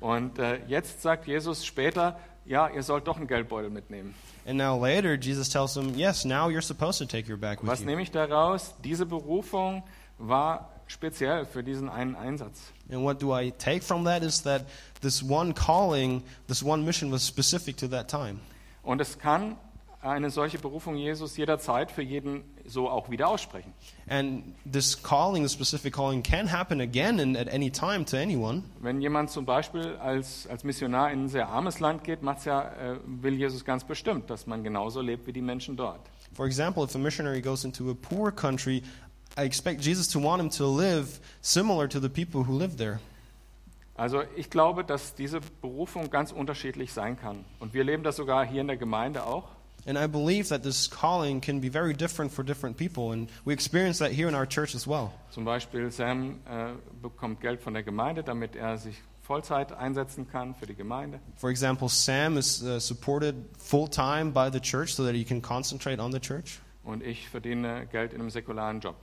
Speaker 1: Und äh, jetzt sagt Jesus später, ja, ihr sollt doch einen Geldbeutel mitnehmen.
Speaker 2: And now later, Jesus tells them, Yes, now you're supposed to take your bag with
Speaker 1: Was
Speaker 2: you.
Speaker 1: nehme ich daraus? Diese Berufung war speziell für diesen einen Einsatz.
Speaker 2: And what do I take from that is that this one calling, this one mission was specific to that time.
Speaker 1: Und es kann eine solche Berufung Jesus jederzeit für jeden so auch wieder aussprechen.
Speaker 2: And this calling, this specific calling, can happen again and at any time to anyone.
Speaker 1: Wenn jemand zum Beispiel als, als Missionar in ein sehr armes Land geht, macht's ja, äh, will Jesus ganz bestimmt, dass man genauso lebt wie die Menschen dort.
Speaker 2: For example, if a missionary goes into a poor country, I expect Jesus to want him to live similar to the people who live there.
Speaker 1: Also ich glaube, dass diese Berufung ganz unterschiedlich sein kann. Und wir leben das sogar hier in der Gemeinde auch.
Speaker 2: And I believe that this calling can be very different for different people, and we experience that here in our church as well.
Speaker 1: Zum Beispiel Sam äh, bekommt Geld von der Gemeinde, damit er sich Vollzeit einsetzen kann für die Gemeinde.
Speaker 2: For example, Sam is uh, supported full time by the church so that he can concentrate on the church,
Speaker 1: Und ich verdiene Geld in einem säkularen Job.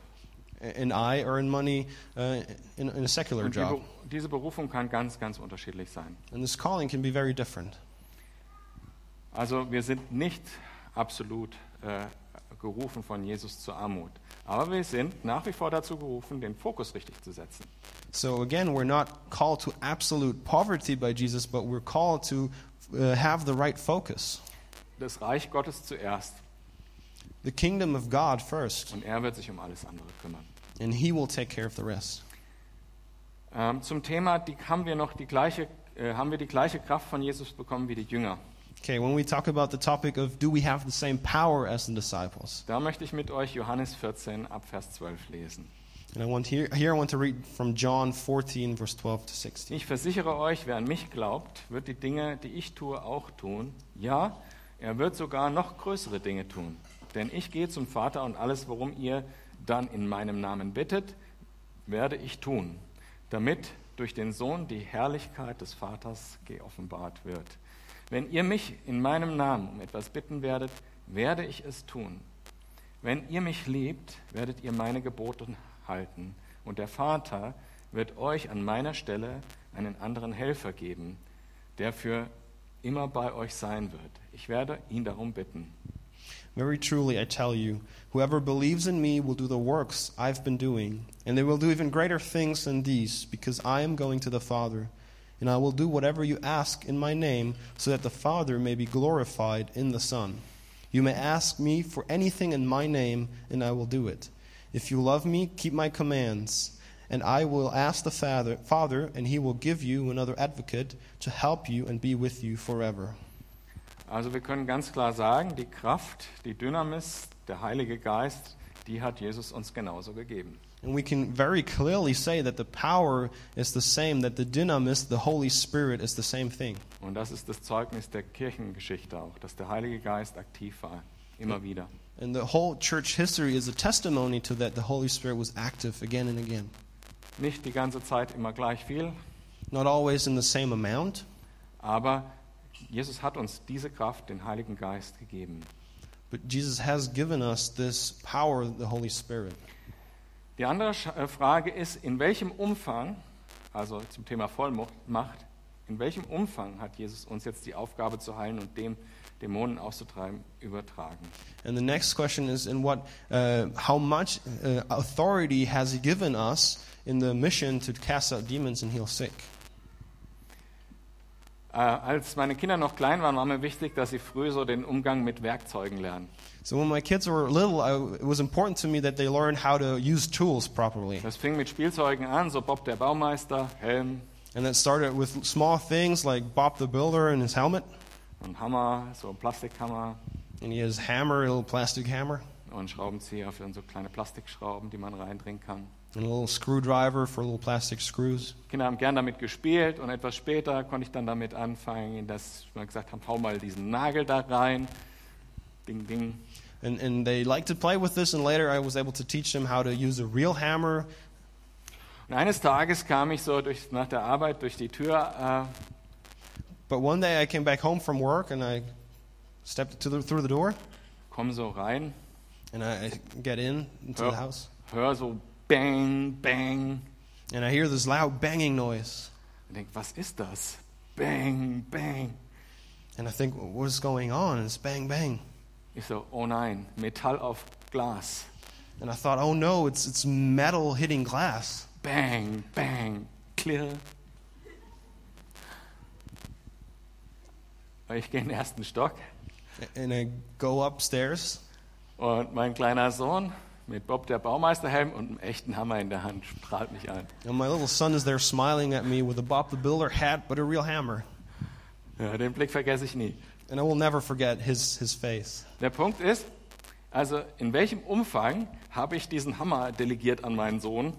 Speaker 2: A- and I earn money uh, in, in a secular
Speaker 1: Und die,
Speaker 2: job.
Speaker 1: Be- diese Berufung kann ganz, ganz unterschiedlich sein.
Speaker 2: And this calling can be very different.
Speaker 1: Also wir sind nicht absolut äh, gerufen von Jesus zur Armut. Aber wir sind nach wie vor dazu gerufen, den Fokus richtig zu setzen.
Speaker 2: So again, we're not called to absolute poverty by Jesus, but we're called to uh, have the right focus.
Speaker 1: Das Reich Gottes zuerst.
Speaker 2: The kingdom of God first,
Speaker 1: Und er wird sich um alles andere kümmern.
Speaker 2: and he will take care of the rest.
Speaker 1: Ähm, zum Thema, die, haben wir noch die gleiche, äh, haben wir die gleiche Kraft von Jesus bekommen wie die Jünger?
Speaker 2: Okay, when we talk about the topic of do we have the same power as the disciples?
Speaker 1: Da möchte ich mit euch Johannes 14 ab Vers 12 lesen.
Speaker 2: And I want here, here I want to read from John 14 verse 12 to 16.
Speaker 1: Ich versichere euch, wer an mich glaubt, wird die Dinge, die ich tue, auch tun. Ja, er wird sogar noch größere Dinge tun. Denn ich gehe zum Vater und alles, worum ihr dann in meinem Namen bittet, werde ich tun, damit durch den Sohn die Herrlichkeit des Vaters geoffenbart wird. Wenn ihr mich in meinem Namen um etwas bitten werdet, werde ich es tun. Wenn ihr mich liebt, werdet ihr meine Gebote halten. Und der Vater wird euch an meiner Stelle einen anderen Helfer geben, der für immer bei euch sein wird. Ich werde ihn darum bitten.
Speaker 2: Very truly I tell you, whoever believes in me will do the works I've been doing, and they will do even greater things than these, because I am going to the Father. And I will do whatever you ask in my name, so that the Father may be glorified in the Son. You may ask me for anything in my name, and I will do it. If you love me, keep my commands, and I will ask the Father, Father and he will give you another advocate to help you and be with you forever.
Speaker 1: Also wir können ganz klar sagen, die Kraft, die Dynamis, der Heilige Geist, die hat Jesus uns genauso gegeben.
Speaker 2: And we can very clearly say that the power is the same, that the dynamis, the Holy Spirit, is the same thing.
Speaker 1: Und das ist das Zeugnis der Kirchengeschichte auch, dass der Heilige Geist aktiv war, immer wieder.
Speaker 2: And the whole church history is a testimony to that the Holy Spirit was active again and again.
Speaker 1: Nicht die ganze Zeit immer gleich viel,
Speaker 2: Not always in the same amount,
Speaker 1: Aber Jesus hat uns diese Kraft, den Heiligen Geist, gegeben.
Speaker 2: but Jesus has given us this power, of the Holy Spirit.
Speaker 1: Die andere Sch- äh, Frage ist, in welchem Umfang, also zum Thema Vollmacht, Macht, in welchem Umfang hat Jesus uns jetzt die Aufgabe zu heilen und dem Dämonen auszutreiben übertragen?
Speaker 2: And the next question is in what, uh, how much uh, authority has He given us in the mission to cast out demons and heal sick?
Speaker 1: Äh, als meine Kinder noch klein waren, war mir wichtig, dass sie früh so den Umgang mit Werkzeugen lernen.
Speaker 2: So when my kids were little, I, it was important to me that they learn how to use tools properly.
Speaker 1: Das fing mit Spielzeugen an, so Bob der Baumeister, Helm,
Speaker 2: And that started with small things like Bob the Builder and his helmet.
Speaker 1: und Hammer, so ein Plastikhammer
Speaker 2: And he has hammer, a little plastic hammer,
Speaker 1: und Schraubenzieher für so kleine Plastikschrauben, die man reindrehen kann.
Speaker 2: and a little screwdriver for little plastic screws.
Speaker 1: Kinder haben gern damit gespielt und etwas später konnte ich dann damit anfangen, dass wir gesagt haben, hau mal diesen Nagel da rein. Ding, ding.
Speaker 2: And, and they liked to play with this, and later I was able to teach them how to use a real hammer.
Speaker 1: Und eines Tages kam ich so durch, nach der Arbeit durch die Tür äh,
Speaker 2: But one day I came back home from work and I stepped to the, through the door
Speaker 1: komm so rein,
Speaker 2: and I I get in into
Speaker 1: Oh.
Speaker 2: the house
Speaker 1: hör so bang, bang.
Speaker 2: and I hear this loud banging noise.
Speaker 1: Und denk, was ist das? Bang, bang.
Speaker 2: And I think, what's going on? And it's bang, bang.
Speaker 1: Ich so, oh nein, Metall auf Glas.
Speaker 2: And I thought, oh no, it's, it's metal hitting glass.
Speaker 1: Bang, bang, klirr. Ich gehe in den ersten Stock
Speaker 2: A- And I go upstairs,
Speaker 1: und mein kleiner Sohn mit Bob der Baumeisterhelm und einem echten Hammer in der Hand strahlt mich an.
Speaker 2: and my little son is there smiling at me with a Bob the Builder hat, but a real hammer.
Speaker 1: Ja, den Blick vergesse ich nie.
Speaker 2: And I will never forget his, his face.
Speaker 1: Der Punkt ist, also in welchem Umfang habe ich diesen Hammer delegiert an meinen Sohn?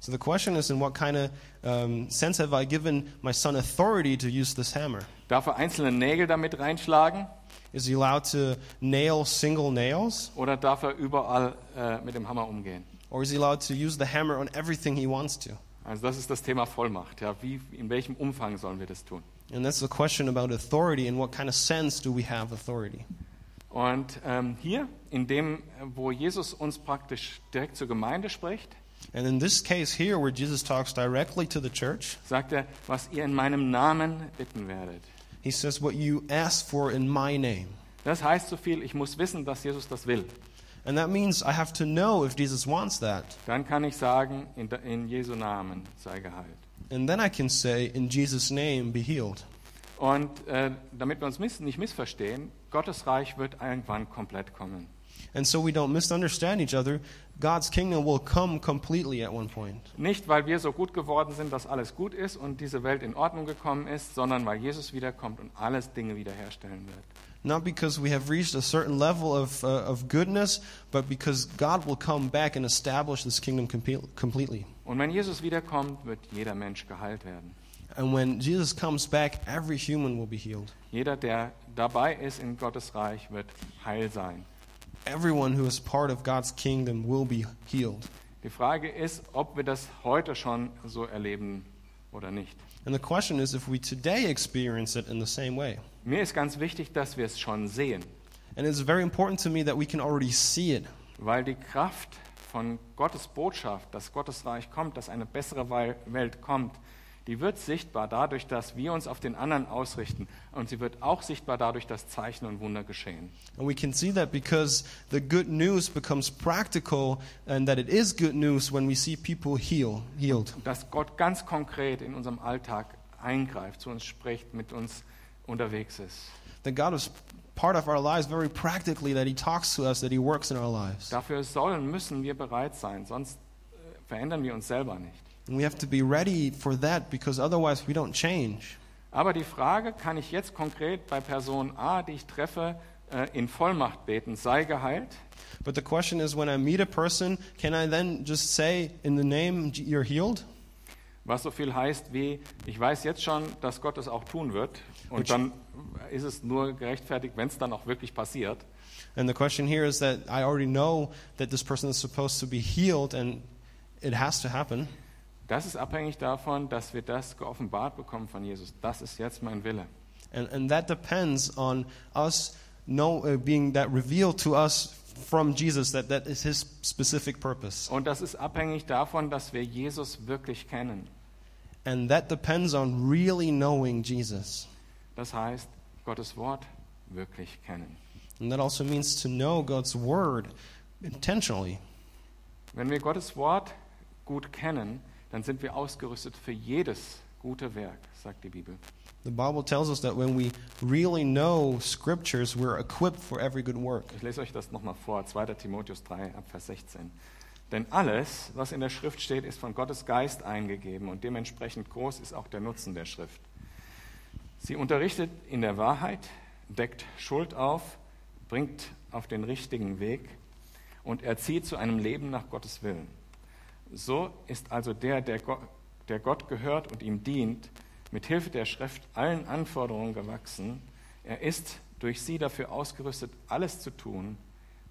Speaker 2: So the question is, in what kind of um, sense have I given my son authority to use this hammer?
Speaker 1: Darf er einzelne Nägel damit reinschlagen
Speaker 2: Is he allowed to nail single nails?
Speaker 1: oder darf er überall äh, mit dem Hammer umgehen?
Speaker 2: Or is he allowed to use the hammer on everything he wants to?
Speaker 1: Also das ist das Thema Vollmacht. Ja, wie, in welchem Umfang sollen wir das tun?
Speaker 2: And that's the question about authority. In what kind of sense do we have authority?
Speaker 1: Und ähm, hier, in dem, äh, wo Jesus uns praktisch direkt zur Gemeinde spricht,
Speaker 2: And in this case here, where Jesus talks directly to the church,
Speaker 1: sagt er, was ihr in meinem Namen bitten werdet.
Speaker 2: he says, What you ask for in my name.
Speaker 1: Das heißt so viel, ich muss wissen, dass Jesus das will.
Speaker 2: And that means I have to know if Jesus wants that.
Speaker 1: Dann kann ich sagen, in, de- in Jesu Namen sei geheilt.
Speaker 2: And then I can say, In Jesus' name, be healed.
Speaker 1: Und äh, damit wir uns miss nicht missverstehen, Gottes Reich wird irgendwann komplett kommen.
Speaker 2: And so we don't misunderstand each other. God's kingdom will come completely at one point.
Speaker 1: Nicht, weil wir so gut geworden sind, dass alles gut ist und diese Welt in Ordnung gekommen ist, sondern weil Jesus wiederkommt und alles Dinge wiederherstellen wird.
Speaker 2: Not because we have reached a certain level of, uh, of goodness, but because God will come back and establish this kingdom compe- completely.
Speaker 1: Und wenn Jesus wiederkommt, wird jeder Mensch geheilt werden.
Speaker 2: And when Jesus comes back, every human will be healed.
Speaker 1: Jeder, der dabei ist in Gottes Reich, wird heil sein.
Speaker 2: Everyone who is part of God's kingdom will be healed.
Speaker 1: Die Frage ist, ob wir das heute schon so erleben oder nicht.
Speaker 2: And the question is if we today experience it in the same way.
Speaker 1: Mir ist ganz wichtig, dass wir es schon sehen,
Speaker 2: And it's very important to me that we can already see it.
Speaker 1: weil die Kraft von Gottes Botschaft, dass Gottes Reich kommt, dass eine bessere Wei- Welt kommt, die wird sichtbar dadurch, dass wir uns auf den anderen ausrichten. Und sie wird auch sichtbar dadurch, dass Zeichen und Wunder geschehen.
Speaker 2: And we can see that because the good news becomes practical and that it is good news when we see people heal, healed.
Speaker 1: dass Gott ganz konkret in unserem Alltag eingreift, zu uns spricht, mit uns unterwegs ist.
Speaker 2: That God is part of our lives very practically, that He talks to us, that He works in our lives.
Speaker 1: Dafür sollen, müssen wir bereit sein, sonst äh, verändern wir uns selber nicht.
Speaker 2: And we have to be ready for that because otherwise we don't change.
Speaker 1: Aber die Frage, kann ich jetzt konkret bei Person A, die ich treffe, äh, in Vollmacht beten, sei geheilt?
Speaker 2: But the question is when I meet a person, can I then just say, in the name, J- you're healed?
Speaker 1: Was so viel heißt wie, ich weiß jetzt schon, dass Gott es auch tun wird und dann ist es nur gerechtfertigt, wenn es dann auch wirklich passiert.
Speaker 2: And the question here is that I already know that this person is supposed to be healed and it has to happen.
Speaker 1: Das ist abhängig davon, dass wir das geoffenbart bekommen von Jesus. Das ist jetzt mein Wille.
Speaker 2: And, and that depends on us know, uh, being that revealed to us from Jesus that that is his specific purpose.
Speaker 1: Und das ist abhängig davon, dass wir Jesus wirklich kennen.
Speaker 2: And that depends on really knowing Jesus.
Speaker 1: Das heißt, Gottes Wort wirklich kennen.
Speaker 2: And that also means to know God's word intentionally.
Speaker 1: Wenn wir Gottes Wort gut kennen, dann sind wir ausgerüstet für jedes gute Werk, sagt die Bibel.
Speaker 2: The Bible tells us that when we really know scriptures, we're equipped for every good work.
Speaker 1: Ich lese euch das nochmal vor, 2. Timotheus 3, ab Vers 16. Denn alles, was in der Schrift steht, ist von Gottes Geist eingegeben und dementsprechend groß ist auch der Nutzen der Schrift. Sie unterrichtet in der Wahrheit, deckt Schuld auf, bringt auf den richtigen Weg und erzieht zu einem Leben nach Gottes Willen. So ist also der, der Gott, der Gott gehört und ihm dient, mit Hilfe der Schrift allen Anforderungen gewachsen. Er ist durch sie dafür ausgerüstet, alles zu tun,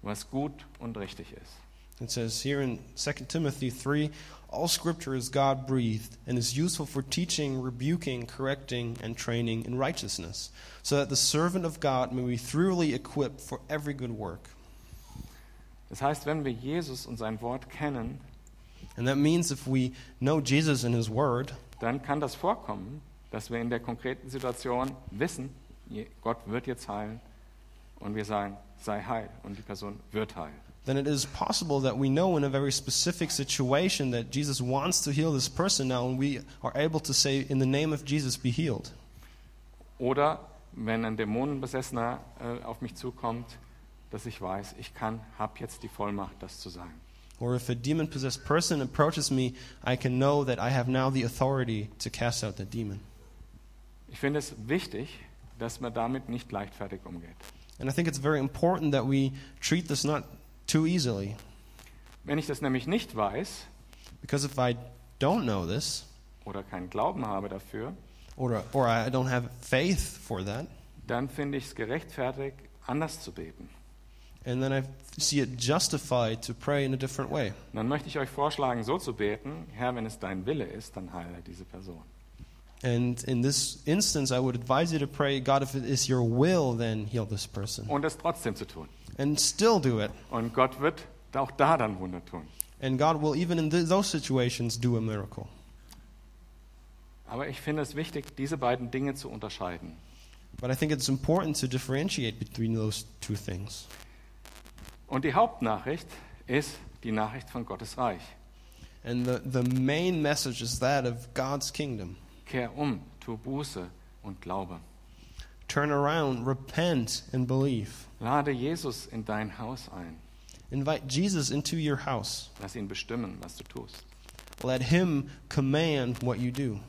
Speaker 1: was gut und richtig ist.
Speaker 2: It says here in 2 Timothy 3 All scripture is God breathed and is useful for teaching, rebuking, correcting, and training in righteousness, so that the servant of God may be thoroughly equipped for every good work.
Speaker 1: Das heißt, wenn wir Jesus und sein Wort kennen,
Speaker 2: And that means if we know Jesus and his word,
Speaker 1: dann kann das vorkommen, dass wir in der konkreten Situation wissen, Je- Gott wird jetzt heilen und wir sagen, sei heil und die Person wird heil.
Speaker 2: then it is possible that we know in a very specific situation that Jesus wants to heal this person now, and we are able to say, In the name of Jesus, be healed.
Speaker 1: Oder wenn ein Dämonenbesessener äh, auf mich zukommt, dass ich weiß, ich kann, habe jetzt die Vollmacht, das zu sagen.
Speaker 2: Or if a demon possessed person approaches me, I can know that I have now the authority to cast out the demon.
Speaker 1: Ich finde es wichtig, dass man damit nicht leichtfertig umgeht.
Speaker 2: And I think it's very important that we treat this not too easily.
Speaker 1: Wenn ich das nämlich nicht weiß
Speaker 2: Because if I don't know this,
Speaker 1: oder keinen Glauben habe dafür,
Speaker 2: or, or I don't have faith for that,
Speaker 1: dann finde ich es gerechtfertigt, anders zu beten.
Speaker 2: and then I see it justified to pray in a different way.
Speaker 1: Dann möchte ich euch vorschlagen, so zu beten, Herr, wenn es dein Wille ist, dann heile diese Person.
Speaker 2: And in this instance, I would advise you to pray, God, if it is your will, then heal this person.
Speaker 1: Und es trotzdem zu tun.
Speaker 2: And still do it.
Speaker 1: Und Gott wird auch da dann Wunder tun.
Speaker 2: And God will, even in th- those situations, do a miracle.
Speaker 1: Aber ich finde es wichtig, diese beiden Dinge zu unterscheiden.
Speaker 2: But I think it's important to differentiate between those two things.
Speaker 1: Und die Hauptnachricht ist die Nachricht von Gottes Reich.
Speaker 2: And the, the main message is that of God's kingdom.
Speaker 1: Kehr um, tu Buße und Glaube.
Speaker 2: Turn around, repent, and believe.
Speaker 1: Lade Jesus in dein Haus ein.
Speaker 2: Invite Jesus into your house.
Speaker 1: Lass ihn bestimmen, was du tust,
Speaker 2: Let him command what you do,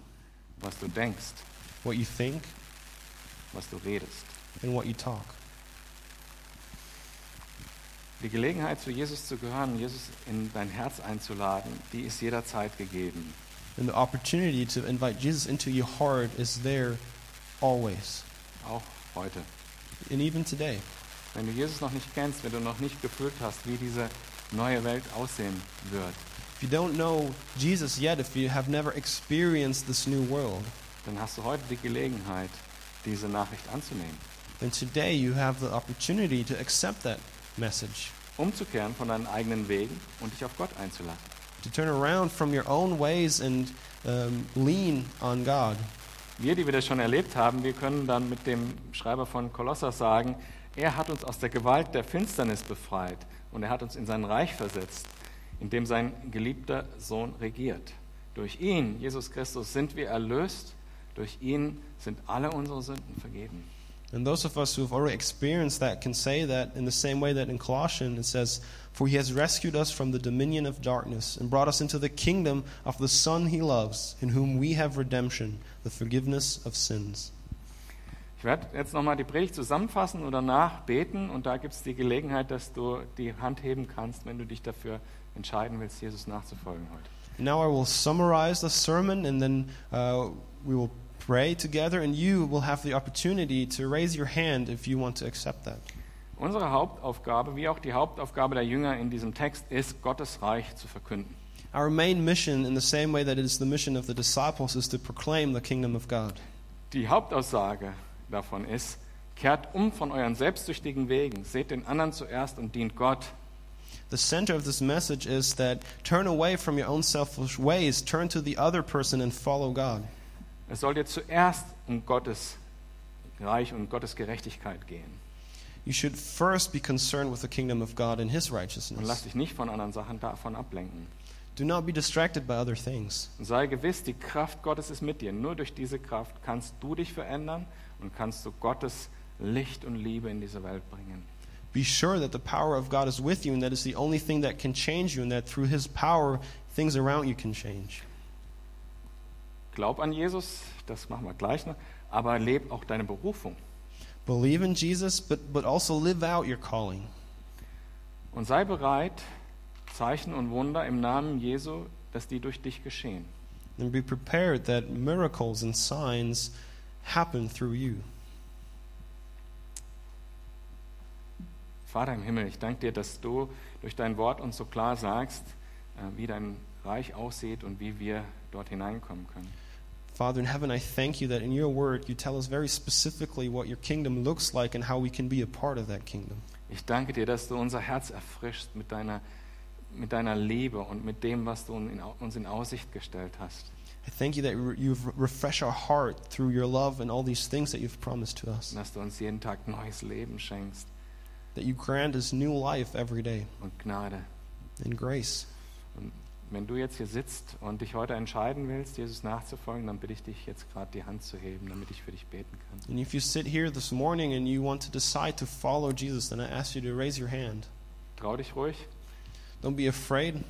Speaker 1: was du denkst,
Speaker 2: what you think,
Speaker 1: was du redest.
Speaker 2: and what you talk.
Speaker 1: Die Gelegenheit, zu Jesus zu gehören, Jesus in dein Herz einzuladen, die ist jederzeit gegeben.
Speaker 2: And the opportunity to invite Jesus into your heart is there always,
Speaker 1: Auch heute.
Speaker 2: and even today.
Speaker 1: Wenn du Jesus noch nicht kennst, wenn du noch nicht gefühlt hast, wie diese neue Welt aussehen wird,
Speaker 2: If you don't know Jesus yet, if you have never experienced this new world,
Speaker 1: dann hast du heute die Gelegenheit, diese Nachricht anzunehmen.
Speaker 2: then today you have the opportunity to accept that message,
Speaker 1: Umzukehren von deinen eigenen Wegen und dich auf Gott einzulassen.
Speaker 2: to turn around from your own ways and um, lean on God.
Speaker 1: Wir, die wir das schon erlebt haben, wir können dann mit dem Schreiber von Kolosser sagen, er hat uns aus der Gewalt der Finsternis befreit und er hat uns in sein Reich versetzt, in dem sein geliebter Sohn regiert. Durch ihn, Jesus Christus, sind wir erlöst, durch ihn sind alle unsere Sünden vergeben.
Speaker 2: And those of us who have already experienced that can say that in the same way that in Colossians it says, For he has rescued us from the dominion of darkness and brought us into the kingdom of the Son he loves, in whom we have redemption, the forgiveness of sins.
Speaker 1: Ich werde jetzt nochmal die Predigt zusammenfassen und danach beten und da gibt es die Gelegenheit, dass du die Hand heben kannst, wenn du dich dafür entscheiden willst, Jesus nachzufolgen heute.
Speaker 2: Now I will summarize the sermon and then uh, we will pray together, and you will have the opportunity to raise your hand if you want to accept that.
Speaker 1: Unsere Hauptaufgabe, wie auch die Hauptaufgabe der Jünger in diesem Text, ist, Gottes Reich zu verkünden.
Speaker 2: Our main mission, in the same way that it is the mission of the disciples, is to proclaim the kingdom of God.
Speaker 1: Die Hauptaussage davon ist, kehrt um von euren selbstsüchtigen Wegen, seht den anderen zuerst und dient Gott.
Speaker 2: The center of this message is that turn away from your own selfish ways, turn to the other person and follow God.
Speaker 1: Es soll dir zuerst um Gottes Reich und Gottes Gerechtigkeit gehen.
Speaker 2: You should first be concerned with the kingdom of God and his
Speaker 1: Und lass
Speaker 2: righteousness.
Speaker 1: dich nicht von anderen Sachen davon ablenken.
Speaker 2: Do not be distracted by other things.
Speaker 1: Und sei gewiss, die Kraft Gottes ist mit dir. Nur durch diese Kraft kannst du dich verändern und kannst du Gottes Licht und Liebe in diese Welt bringen.
Speaker 2: Be sure that the power of God is with you and that it's the only thing that can change you, and that through His power, things around you can change.
Speaker 1: Glaub an Jesus, das machen wir gleich noch, aber leb auch deine Berufung.
Speaker 2: Believe in Jesus, but, but also live out your calling.
Speaker 1: Und sei bereit, Zeichen und Wunder im Namen Jesu, dass die durch dich geschehen.
Speaker 2: And be prepared that miracles and signs happen through you.
Speaker 1: Vater im Himmel, ich danke dir, dass du durch dein Wort uns so klar sagst, äh, wie dein Reich aussieht und wie wir dort hineinkommen können.
Speaker 2: Father in heaven, I thank you that in your word you tell us very specifically what your kingdom looks like and how we can be a part of that kingdom.
Speaker 1: Ich danke dir, dass du unser Herz erfrischst mit deiner, mit deiner Liebe und mit dem, was du in, uns in Aussicht gestellt hast.
Speaker 2: I thank you that re- you refresh our heart through your love and all these things that you've promised to us.
Speaker 1: Und dass du uns jeden Tag neues Leben schenkst
Speaker 2: That you grant us new life every day
Speaker 1: und Gnade.
Speaker 2: and grace.
Speaker 1: Und wenn du jetzt hier sitzt und dich heute entscheiden willst, Jesus nachzufolgen, dann bitte ich dich jetzt gerade die Hand zu heben, damit ich für dich beten kann.
Speaker 2: And if you sit here this morning and you want to decide to follow Jesus, then I ask you to raise your hand.
Speaker 1: Trau dich ruhig.
Speaker 2: Don't be afraid.